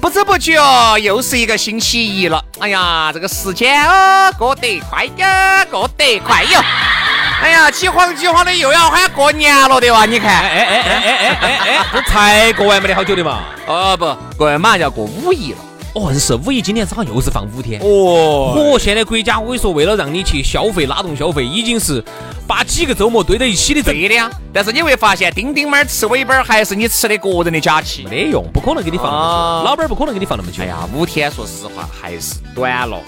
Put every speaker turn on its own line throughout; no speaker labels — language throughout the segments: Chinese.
不知不觉哦，又是一个星期一了。哎呀，这个时间哦，过得快呀，过得快哟！哎呀，饥慌饥慌的又要喊过年了的哇！你看，哎哎哎哎哎哎哎，
这才过完没得好久的嘛，
哦不，过完马上就要过五一了。
哦，是五一今年好像又是放五天。
哦，
哦，现在国家我跟你说，为了让你去消费、拉动消费，已经是把几个周末堆在一起的整，
对的呀。但是你会发现，丁丁猫儿吃尾巴儿还是你吃的个人的假期。
没得用，不可能给你放那么
啊
久，老板不可能给你放那么久。
哎，呀，五天说实话还是短了。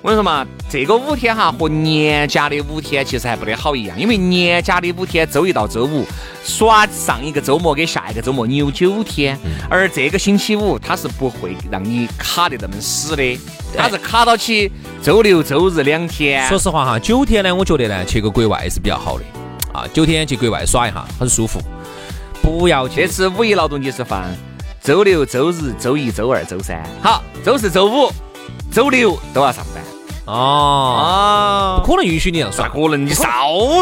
我跟你说嘛，这个五天哈和年假的五天其实还不得好一样，因为年假的五天周一到周五耍上一个周末跟下一个周末你有九天，
嗯
而这个星期五它是不会让你卡得那么死的，它是卡到起周六周日两天。
说实话哈，九天呢，我觉得呢，去个国外是比较好的啊，九天去国外耍一下，很舒服。不要去，
这次五一劳动节是放周六、周日、周一周二、周三，好，周四周五、周六都要上班
哦，
啊
不可能允许你这样耍
咋。可能？你少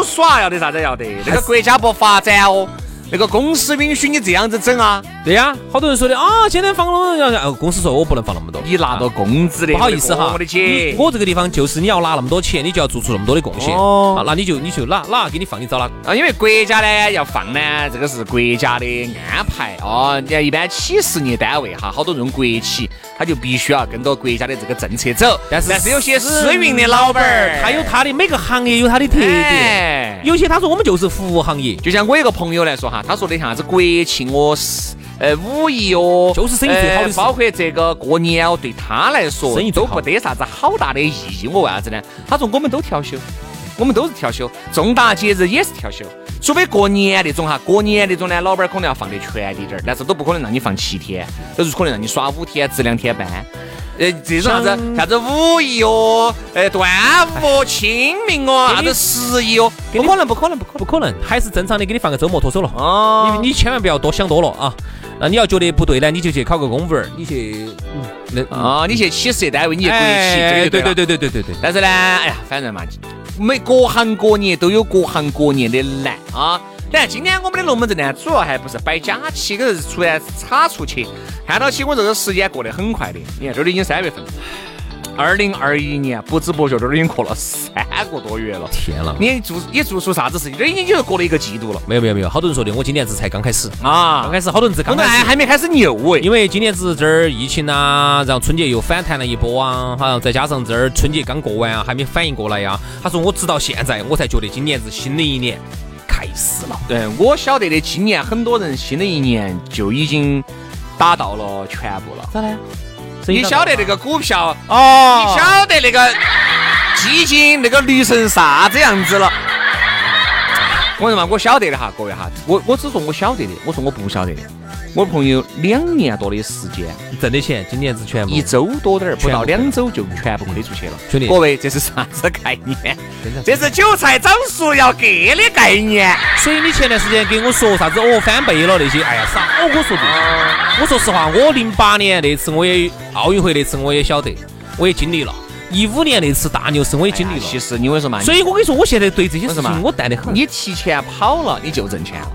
耍要得啥子要得？那个国家不发展哦，那个公司允许你这样子整啊？
对呀、好多人说的啊，现在放了，要要公司说我不能放那么多。
你拿到
啊
工资的，
不好意思哈，
我的姐
你，我这个地方就是你要拿那么多钱，你就要做出那么多的贡献、
哦
啊，那你就你就拿拿给你放，你找拿
啊，因为国家呢要放呢，这个是国家的安排哦。你看一般几十年单位哈，好多这种国企，他就必须要跟着国家的这个政策走。
但是
但是哎有些私营的老板儿，
他有他的每个行业有他的特点，
哎
有些他说我们就是服务行业，
就像我有个朋友来说哈，他说的像啥子国庆哦，是呃五一哦，
就是生意最好的
呃
时候
包括这个过年哦，对他来说
生意最
都
好
不得啥子好大的意义。哦我为啥子呢？他说我们都调休，我们都是调休，重大节日也是调休，除非过年那种哈，过年那种呢，老板儿可能要放得全一点儿，但是都不可能让你放七天，都是可能让你耍五天、值两天班。呃，这种啥子啥子五一哦，呃端午哦、清明哦，啥
给你
子十一哦，
给
不
你
可能，不可能，不可能。
不可能，还是正常的给你放个周末脱手了。
哦
你你千万不要多想多了啊！那你要觉得不对呢，你就去考个公务员，你去嗯那嗯
啊，你去企事业单位，你去国企，
哎对对
这个就对了。
对对对对对，
但是呢，哎呀，反正嘛，每各行各业都有各行各业的难啊。当然，今天我们的龙门阵呢，主要还不是摆假期，可是突然插出去，看到起我这个时间过得很快的。你看，这儿都已经三月份了，二零二一年不知不觉这儿已经过了三个多月了。
天了！
你做你做出啥子事情？这儿已经就是过了一个季度了
没有没有没有，好多人说的，我今年子才刚开始，
啊
刚！开始，好多人是
我
刚
们
开
还
始。
还没开始牛哎，
因为今年子这儿疫情啊，然后春节又反弹了一波啊，好像再加上这儿春节刚过完啊，还没反应过来呀、他说我直到现在我才觉得今年子新的一年开始了。
对，我晓得的，今年很多人新的一年就已经达到了全部了。
咋呢？
你晓得那个股票，
哦？
你晓得那个基金那个绿成啥子样子了？我说嘛，我晓得的哈，各位哈，我我只说我晓得的，我说我不晓得的。我朋友两年多的时间，
挣的钱今年子全部
一周多点儿，不到
全部
两周就全部亏出去了。
兄弟
各位这是啥子概念
真的？
这是韭菜长熟要割的概念。
所以你前段时间给我说啥子哦翻倍了那些，哎呀啥？哦我说对，我说实话，我零八年那次我也奥运会那次我也晓得，我也经历了。一五年那次大牛市我也经历
哎呀其
了，
实你为什么？
所以啊我跟你说，我现在对这些事
为什么
情我淡得很。
你提前跑了，你就挣钱了；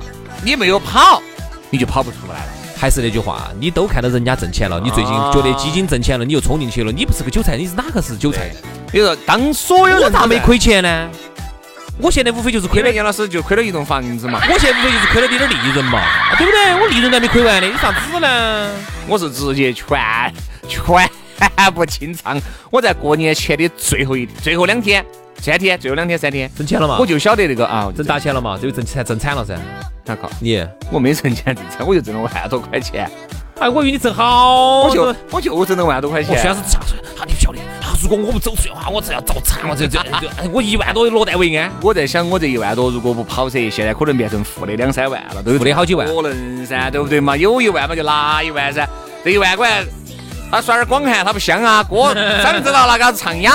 你没有跑，你就跑不出来了。
还是那句话，你都看到人家挣钱了，你最近觉得基金挣钱了，你又冲进去了，你不是个韭菜，你是哪个是韭菜？
比如说，当所有
我
人
咋
都
没
在？
亏钱呢？我现在无非就是亏
因
了
为，杨老师就亏了一栋房子 嘛。
我现在无非就是亏了点点利润嘛，啊对不对？我利润还没亏完呢，有啥子呢？
我是直接全全部清仓。我在过年前的最后一最后两天、三天、最后两天、三天，
挣钱了嘛
我？就晓得那个啊，
挣大钱了嘛？这个挣钱挣惨了噻！
我靠，
你，
我没挣钱，挣钱我就挣了万多块钱，
哎，我以为你挣好多
我就。哦我就挣了万多块
我
钱。
虽然是吓出来，啊，你不晓得，啊，如果我不走出去的话，我这要遭惨，我这这这，哎我一万多落袋啊为安。
我在想，我这一万多如果不跑噻，现在可能变成负的两三万了，都有
负的好几万
可能噻，对不对嘛？有一万嘛就拿一万噻，这一万块，他耍点广寒，他不香啊， 歌长知道那个唱哑。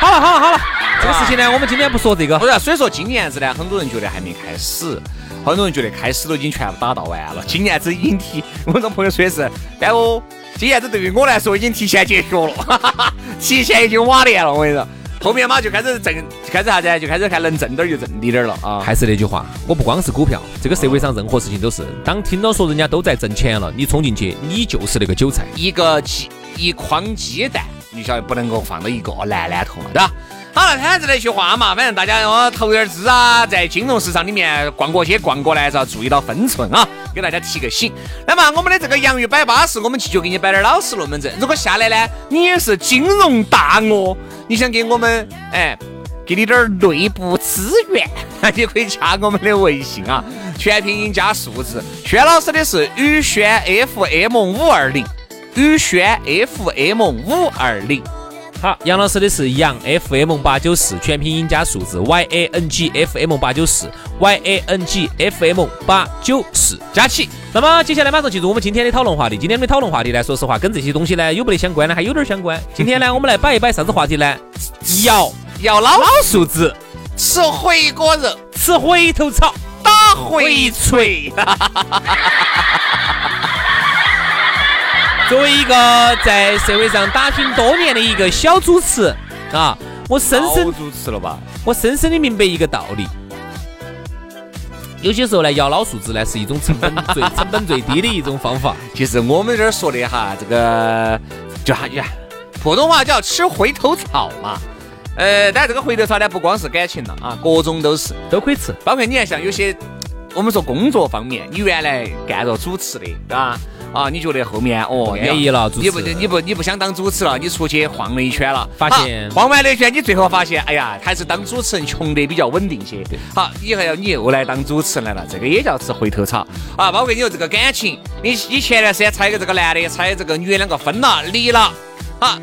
好了好了好了，这个事情呢，我们今天不说这个
不。是，所以说今年子呢，很多人觉得还没开始，很多人觉得开始都已经全部打到完了。今年子已经提，我跟朋友说的是，但我今年子对于我来说已经提前结束了， 哈哈哈，提前已经瓦脸了。我跟你说，后面嘛就开始挣，就开始啥子啊？就开始看能挣点儿就挣滴点儿了啊。
还是那句话，我不光是股票，这个社会上任何事情都是，当听到说人家都在挣钱了，你冲进去，你就是那个韭菜。
一个鸡一筐鸡蛋，你晓得不能够放到一个篮篮头嘛，对吧？好了，反正那句话嘛，反正大家哦投点资啊，在金融市场里面逛过去逛过来是要注意到分寸啊，给大家提个醒。那么我们的这个洋芋摆巴适，我们就给你摆点老实龙门阵。如果下来呢，你也是金融大鳄，你想给我们哎给你点儿内部资源， 那你可以加我们的微信啊，全拼音加数字。轩老师的是宇轩 FM 五二零，宇轩 FM 五二零。
好，杨老师的是杨 FM 八九四，全拼音加数字 Y A N G F M 八九四，Y A N G F M 八九四加起。那么接下来马上进入我们今天的讨论话题。今天的讨论话题呢，说实话跟这些东西呢有不得相关呢，还有点儿相关。今天呢，我们来摆一摆啥子话题呢？摇
要老
老树枝，
吃回锅肉，
吃回头草。
打回锤。
作为一个在社会上打拼多年的一个小主持啊，我深深
主持了吧？
我深深的明白一个道理。有些时候呢，摇老树枝呢是一种成本 最成本最低的一种方法。
其实我们这儿说的哈，这个就哈呀，普通话叫吃回头草嘛。呃，但这个回头草呢，不光是感情了啊，各种都是。
都可以吃。
包括你看，像有些我们说工作方面，你原来干着主持的，对吧？啊，你觉得后面哦，
不安逸了主持
你不你不你不想当主持了，你出去晃了一圈了，
发现
好晃完了一圈，你最后发现，哎呀，还是当主持人穷得比较稳定些。好，以后要你又来当主持人来了，这个也叫吃回头草啊！包括你有这个感情，你你前段时间猜个这个男的，猜这个女的两个分了，离了，啊好。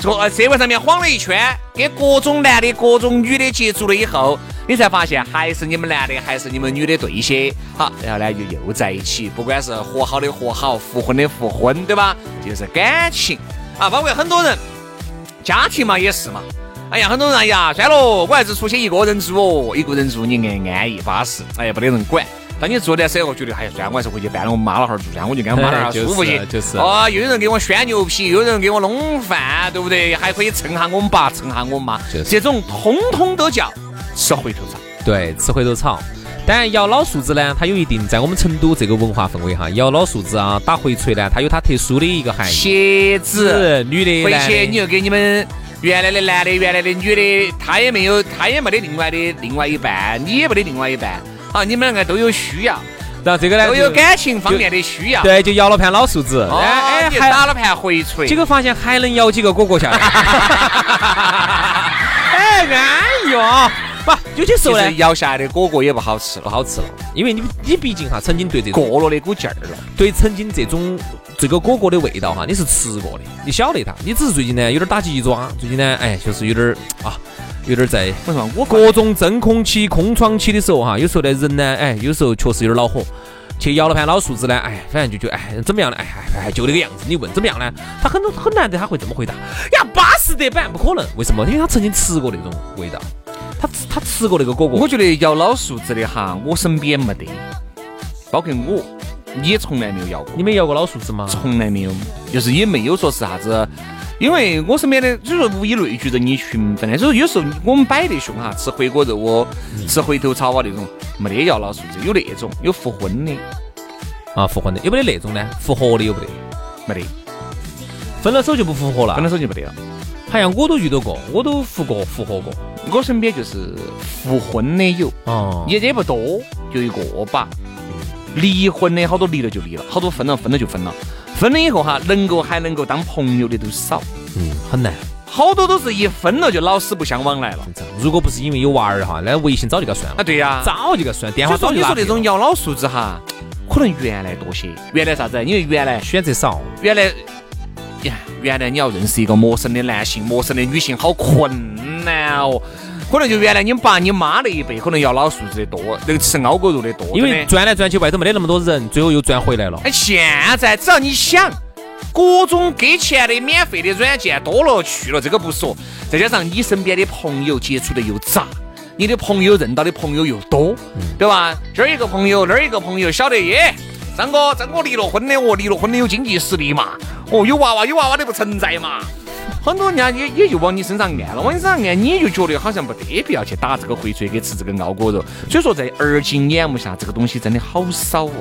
从呃社会上面晃了一圈，跟各种男的、各种女的接触了以后，你才发现还是你们男的，还是你们女的对些。好，然后呢就又在一起，不管是和好的和好，复婚的复婚，对吧？就是感情啊，包括很多人家庭嘛也是嘛。哎呀，很多人哎呀，算了，我还是出去一个人住哦，一个人住你安安逸巴适，哎呀，不得人管。当你做的时候，我觉得，哎呀，算了，我还是回去搬到我妈老汉儿住，然后我就跟我妈老汉儿
哎就是
舒服些。
就是
啊，又有人给我宣牛皮，又有人给我弄饭，对不对？还可以蹭下我们爸，蹭下我妈，
就是
这种通通都叫吃回头草。
对，吃回头草。当然，摇老树枝呢，它有一定在我们成都这个文化氛围哈，摇老树枝啊，打回锤呢，它有它特殊的一个含义。
茄子，
哎是女的，
回
男
去
的
你又给你们原来的男的、原来的女的，他也没有，他也没得另外的另外一半，你也没得另外一半，好，你们两个都有需要，
然后这个呢
都有
就
感情方面的需要，
对，就摇了盘老树枝，
哦，
哎哎，
你就
还
打了盘回锤，
结果发现还能摇几个果果下 来，哎，安逸哦。不，有些时
其
候呢
实，摇下来的果果也不好吃
不
了，
好吃了，因为你你毕竟哈，曾经对这种
过了那股劲儿了。
对曾经这种这个果果的味道哈，你是吃过的，你晓得它，你只是最近呢有点打鸡爪，最近呢哎就是有点儿啊，有点儿在
为什么我
各种真空期、空窗期的时候哈，有时候呢人呢哎有时候确实有点恼火。去摇了盘老树枝呢，哎，反正就觉得，哎，怎么样呢？哎，哎，哎就那个样子。你问怎么样呢？哎他很很难得他会这么回答，呀，巴适得板，不可能。为什么？因为他曾经吃过那种味道，他吃他吃过那个果果
我。觉得摇老树枝的哈，我身边没得，包括我，也从来没有摇过，
你没摇过老树枝吗？
从来没有，就是也没有说是啥子。因为我身边的，就是说物以类聚，人以群分的。所以有时候我们摆得凶哈，吃回锅肉哦，吃回头草啊那种，没得摇老树枝，有那种有复婚的，
啊，复婚的有没得那种呢？复合的有不得？
没得，
分了手就不复合了
啊分？了手就没得了。
好像我都遇到过，我都复过复合过。
我身边就是复婚的有，
哦
也也不多，就一个吧。离婚的好多离了就离了，好多分了分了就分了，分了以后哈，能够还能够当朋友的都少，
嗯，很难。
好多都是一分了就老死不相往来了。
如果不是因为有娃儿哈，那微信早就该算了
啊，，对呀、
早就该算，电
所
话
以说
早就拉黑
你说那
了
种摇老树枝哈，可能原来多些，原来啥子？因为原来
选择少，
原来呀，原来你要认识一个陌生的男性、陌生的女性，好困难哦。可能就原来你爸你妈那一辈，可能要老素质的多，那个吃熬锅肉的多，
因为
真的
转来转去外头没得那么多人，最后又转回来了。
哎，现在只要你想，各种给钱的免费的软件多了去了，这个不说。再加上你身边的朋友接触的又杂，你的朋友认到的朋友又多，对吧？这儿一个朋友，那儿一个朋友，晓得耶。张哥，张哥离了婚的哦，离了婚的有经济实力嘛？哦，有娃娃，有娃娃的不存在嘛？很多人家也也就往你身上按了，往你身上按，你就觉得好像没得必要去打这个回嘴给吃这个熬锅肉。所以说，在而今眼目下，这个东西真的好少哦。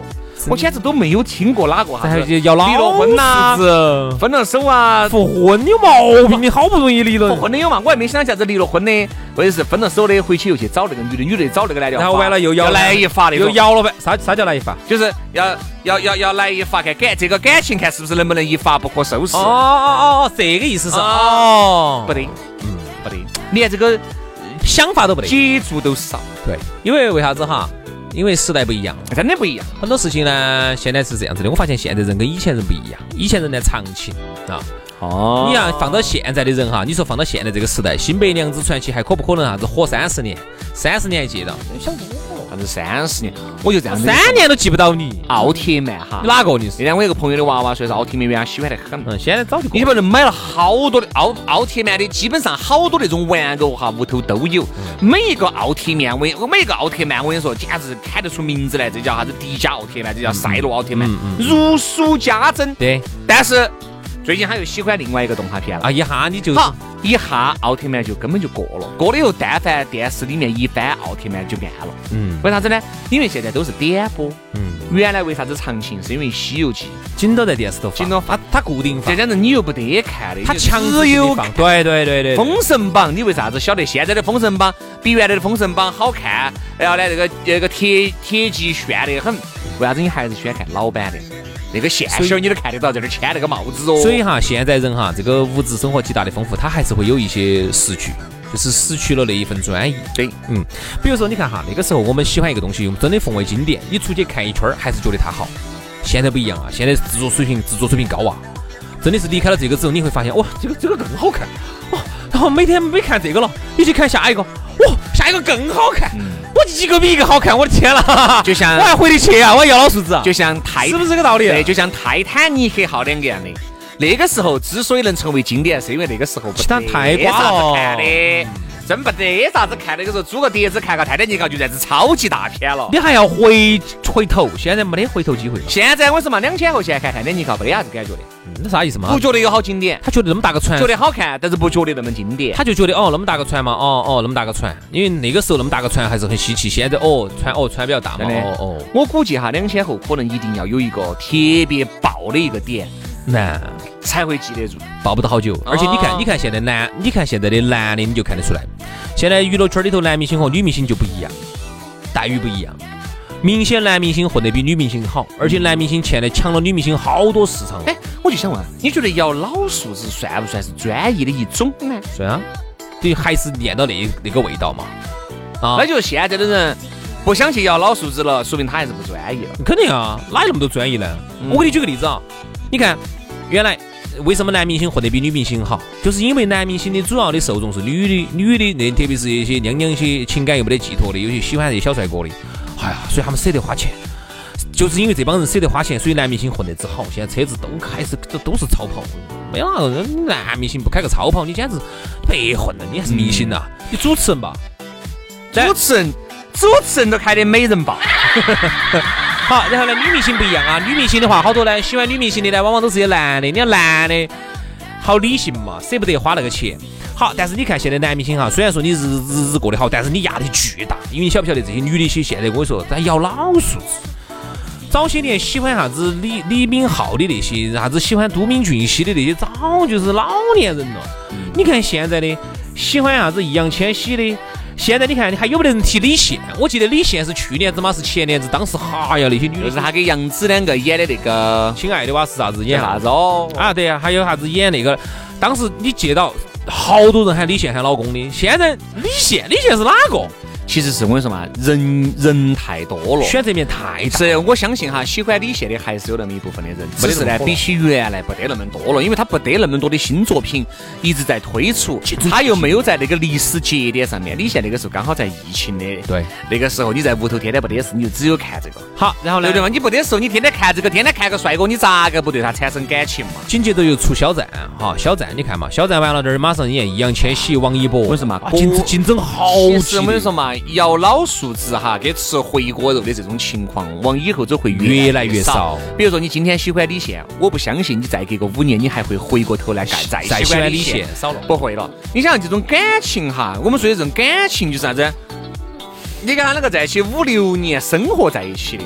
我简直都没有听过哪个
这
哈
还
子
就要
离了
老
婚呐、
子，
分了手啊、
复婚有毛病，你好不容易离
复
了，
婚的有嘛？我还没想到啥子离了婚的，或者是分了手的，回去又去找那个女的，女的找那个男的要发，
然后完了又
要来一发那
又
种，
摇了呗，啥啥叫来一发？
就是要要要要来一发，看感这个感情看是不是能不能一发不可收拾。
哦哦哦，这个意思是
哦
哦，
不得，嗯，不得，连这个
想法都不得。
接触都少，
对，因为为啥子哈？因为时代不一样了。
真的不一样。
很多事情呢，现在是这样子的。我发现现在人跟以前人不一样，以前人呢长情啊。
哦
你要放到现在的人哈，你说放到现在这个时代，《新白娘子传奇》还可不可能啥子活三十年？三十年还记得到？想多了，
啥子三十年，我就这样子。
三年都记不到你，
啊奥特曼哈，
你哪个你
那
是？
天我有个朋友的娃娃，说是奥特曼原来喜欢得很。
嗯，现在早就过
你
了。
不能买了好多的奥奥特曼的，基本上好多那种玩偶哈，屋头都有。
嗯
每一个奥特曼，我我每一个奥特曼，我跟你说，简直喊得出名字来，这叫啥子？迪迦奥特曼，这叫赛罗奥特曼
嗯嗯，
如数家珍。
对
但是最近他又喜欢另外一个动画片了
啊，。一哈你就
好，一下奥特曼就根本就过了，过了以后，但凡电视里面一翻奥特曼就暗了。
嗯
为啥子呢？因为现在都是点播。
嗯，
原来为啥子长情？是因为《西游记
紧到在电视头放，
紧到放
它它固定》，
这
放，
简直你又不得看的。
它
你
强制
只
性
有
地放。对对对对，对
封神榜，你为啥子晓得现在的封神榜比原来的封神榜好看？然后呢，这个这个铁铁骑炫得很。为啥子你还是喜欢看老版的？那个线
所
线你都看得到，在这儿牵那个帽子哦。
所以哈，现在人哈，这个物质生活极大的丰富，他还是会有一些失去，就是失去了那一份专一。
对，
嗯，比如说你看哈，那个时候我们喜欢一个东西，我们真的奉为经典，你出去看一圈儿，还是觉得它好。现在不一样啊，现在制作水平制作水平高啊，真的是离开了这个之后，你会发现哇，这个这个更好看哇，然后每天没看这个了，你去看下一个，哇，下一个更好看，我一个比一个好看，我的天啦！
嗯就像
我还回得去啊，我还要老树子啊，
就像泰
是不是这个道理？啊
对，啊就像泰坦尼克号两个样的。那个时候之所以能成为经典，是因为那个时候不
其他
得
太瓜
啥子
了
看的，真没得啥子看。那个时候租个碟子看个《泰坦尼克号》就算是超级大片了。
你还要回回头，现在没得回头机会了。嗯
现在我说嘛，两千后现在看《泰坦尼克号》没得啥子感觉的，
那啥意思嘛
不？觉得有好经典，
他觉得那么大个船
觉，得好看，但是不觉得那么经典。
他就觉得哦，那么大个船嘛，哦哦，那么大个船，因为那个时候那么大个船还是很稀奇。现在哦，船哦船比较大嘛，
真的
哦哦，
哎我估计哈，两千后可能一定要有一个特别爆的一个点，
难
才会记得住。
抱不到好久。而且你看，
哦
你看现在男，你看现在的男的，你就看得出来，现在娱乐圈里头男明星和女明星就不一样，待遇不一样。明显男明星混得比女明星好，而且男明星现在抢了女明星好多市场了。
哎，我就想问，你觉得摇老树枝算不算是专业的一种呢？
算啊，对，还是练到那那个味道嘛。啊
那，就是现在的人不想去摇老树枝了，说明他还是不专业了。
肯定啊，哪有那么多专业呢？
嗯
我给你举个例子啊，你看原来呃为什么男明星混得比女明星好，就是因为男明星的主要的受众是女的，女的那特别是一些娘娘些情感又没得寄托的，有些喜欢这些小帅哥的，哎呀，所以他们舍得花钱。就是因为这帮人舍得花钱，所以男明星混得之好。现在车子都开始都都是超跑，没有哪个男明星不开个超跑，你简直白混了，你还是明星呐、你主持人吧，对
主持人，主持人都开的美人豹，
好，然后呢，女明星不一样啊，女明星的话，好多呢喜欢女明星的呢，往往都是些男的。你看男的好理性嘛，舍不得花那个钱。好，但是你看现在男明星哈，虽然说你日日日过得好，但是你压力巨大，因为你晓不晓得这些女的些现在我跟你说，咱摇老树枝，早些年喜欢啥子李李敏镐的那些，啥子喜欢都敏俊熙的那些，早就是老年人了。
嗯
你看现在的喜欢啥子易烊千玺的，现在你看还有没得人提李现？我记得李现是去年子嘛，是前年子，当时哈呀那些女
就
的
是，他跟杨紫两个演的那个
亲爱的哇是啥子演啥
啥
子？
子哦？
啊，对呀、还有啥子演那个？当时你见到好多人喊李现喊老公的，现在李现李现是哪个？
其实是我跟你说嘛，人人太多了。
选择面太大。
是我相信哈，喜欢李现的还是有那么一部分的人，
没
只
得
是
那么
呢，
火了
比起原来不得那么多了，因为他不得那么多的新作品一直在推出，他又没有在那个历史节点上面。李现那个时候刚好在疫情的，
对，
那个时候你在屋头天天不得事，你就只有看这个，
好，然后
对
呢
不？对嘛？你不得时候，你天天看这个，天天看个帅哥，你咋个不对他产生感情嘛？
紧接着又出肖战，哈，肖战你看嘛，肖战完了这儿马上演易烊千玺、王一博，
为什么
啊竞
郭
竞争好
其
激
实我跟
烈
你，说嘛，摇老树枝哈，跟吃回锅肉的这种情况，往以后走会
越
越
来越少
少。比如说，你今天喜欢李现，我不相信你再隔个五年，你还会回过头来再
再
再
喜
喜
欢
欢
李
李
现
现，
少了
不会了。你想这种感情哈，我们说的这种感情就是啥子？你跟他两个在一起五六年，生活在一起的。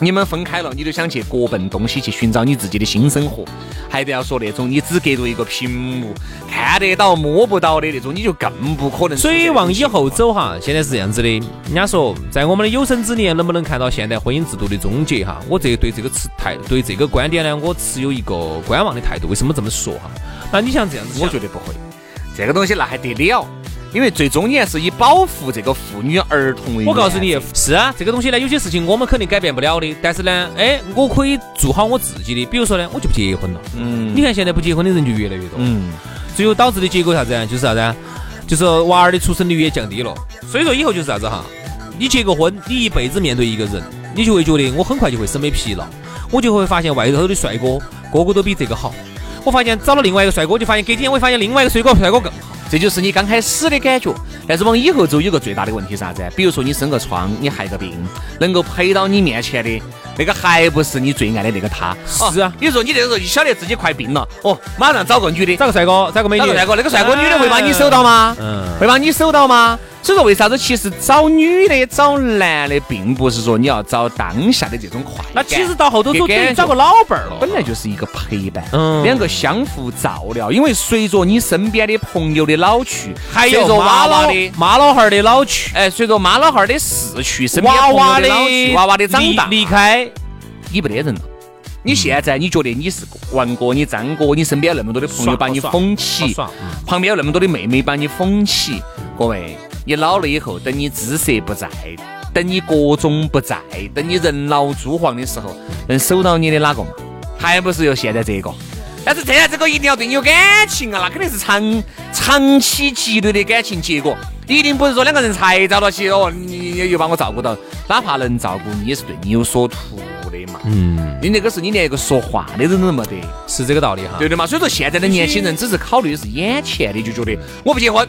你们分开了，你就想去各奔东西，去寻找你自己的新生活，还不要说那种你只隔着一个屏幕看得到摸不到的那种，你就更不可能出
所
现这种情况。
以往以后走哈，现在是这样子的。人家说，在我们的有生之年能不能看到现代婚姻制度的终结哈？我这对这个持态对这个观点呢，我持有一个观望的态度。为什么这么说哈？那你像这样子想，
我觉得不会，这个东西那还得了？因为最终你还是以保护这个妇女儿童为原则。
我告诉你，是啊，这个东西呢，有些事情我们肯定改变不了的。但是呢，哎，我可以做好我自己的。比如说呢，我就不结婚了。
嗯，
你看现在不结婚的人就越来越多，
嗯，
最后导致的结果啥子啊？就是啥子啊？就是娃儿的出生率也降低了。所以说以后就是啥子哈？你结个婚，你一辈子面对一个人，你就会觉得我很快就会审美疲劳，我就会发现外头的帅哥个个都比这个好。我发现找了另外一个帅哥，我就发现隔几天我会发现另外一个帅哥帅哥更好。
这就是你刚开始的感觉。但是往以后走，有个最大的问题是啥子？比如说你生个疮，你害个病，能够陪到你面前的那个还不是你最爱的那个他。
是啊
哦你说你那个时候就晓得自己快病了，哦，马上找个女的，
找个帅哥，找个美
找
女，哎
个帅哥，那个帅哥女的会把你收到吗？
嗯。
会把你收到吗？所以说，为啥子其实找女的、找男的，并不是说你要找当下的这种快感。
那其实到后头走，
也
等
感
于
觉
找个老伴儿了。
本来就是一个陪伴，
嗯
两个相互照料。因为随着你身边的朋友的老去，
还有
随着
妈
娃
老
娃的，
妈老汉儿的老去，
哎，随着妈老汉儿的逝去，身边
娃
朋
娃
友
的
的老去，娃娃的长大，
离离开，
你没得人了。你现在你觉得你是王哥，你张哥，你身边有那么多的朋
爽
友把你
好爽
捧起
好爽嗯，
旁边有那么多的妹妹把你捧起。各位，你老了以后，等你姿色不在，等你各种不在，等你人老珠黄的时候，能守到你的哪个嘛？还不是由现在这个。但是现在这个一定要对你有感情啊，那肯定是长长期积累的感情结果，一定不是说两个人才找到起哦，你你又把我照顾到，哪怕能照顾你，也是对你有所图的嘛。
嗯，
你那个时候你连一个说话的人都没得，
是这个道理哈。
对的嘛？所以说现在的年轻人只是考虑的是眼前的，就觉得我不结婚，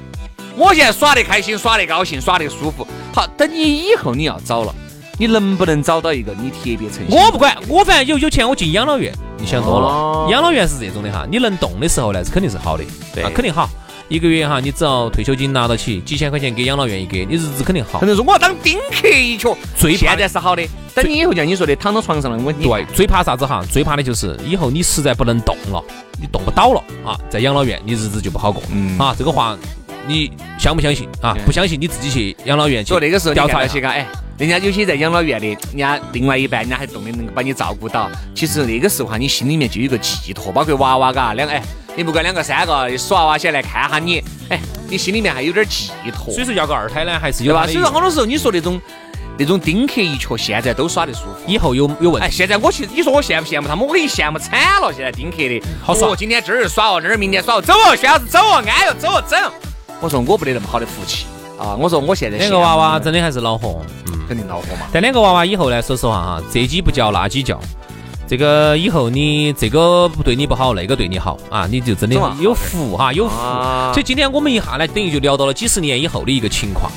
我现在耍得开心，耍得高兴，耍得舒服。好，等你以后你要找了，你能不能找到一个你特别称心？
我不管，我反正有有钱我进养老院。你想多
哦
了，养老院是这种的哈，你能动的时候呢是肯定是好的，
对
啊肯定好。一个月哈，你只要退休金拿到起，几千块钱给养老院一给，你日子肯定好
很。多人说我要当丁克一角，
最怕
现在是好的，等你以后像你说的躺到床上了，我你
对，最怕啥子哈？最怕的就是以后你实在不能动了，你动不到了啊，在养老院你日子就不好过。
嗯
啊，这个话你相不相信啊？
嗯
不相信你自己去养老院去
说那个时候你
调
看
查
那
一
些
下。
个，哎，人家有些在养老院的，人家另外一半人家还动的能够把你照顾到。其实那个时候哈，你心里面就有一个寄托，包括娃娃嘎，两个哎，你不管两个三个耍娃先来看下你，哎，你心里面还有点寄托
所，以说要个二胎呢，还是
对
有
吧？啊
它
所
的
以说好多时候你说那种那种丁克一瘸，现在都耍得舒服。
以后有有问
哎，
题。
现在我其实你说我羡慕羡慕他们，我跟你羡慕惨了。现在丁克的，
好爽
哦今天这儿耍哦，那儿明天耍哦，走哦，轩老师走哦，安哟，走哦，整。我说我不得那么好的福气啊！我说我现在
两
羡
个
慕
娃娃
你们
真的还是恼火，嗯。
肯定恼火嘛。
但两个娃娃以后呢，说实话哈，这鸡不叫那鸡叫。这个以后你这个不对你不好，那个对你好啊，你就真的
这么好
有福哈，有福。
啊
所以今天我们一下呢，等于就聊到了几十年以后的一个情况。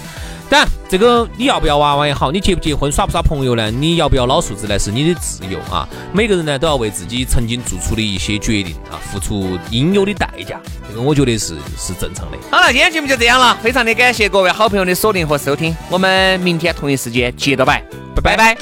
当然，这个你要不要娃娃也好，你结不结婚、耍不耍朋友呢？你要不要老树子呢？是你的自由啊。 每个人呢都要为自己曾经做出的一些决定啊，付出应有的代价。这个我觉得是是正常的。
好了，今天节目就这样了，非常的感谢各位好朋友的锁定和收听，我们明天同一时间接着拜，拜拜。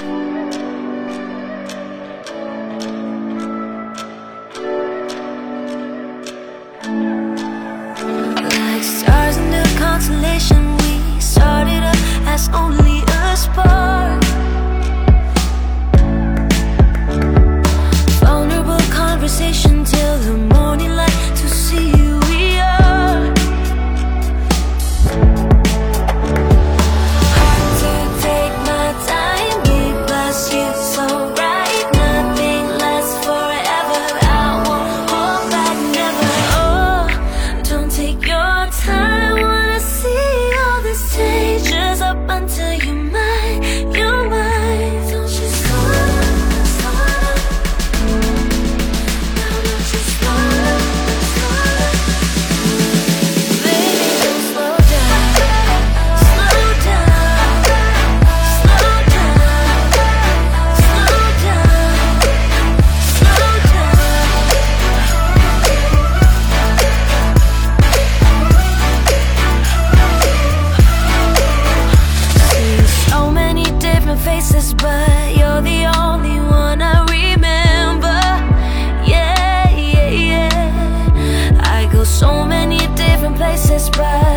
by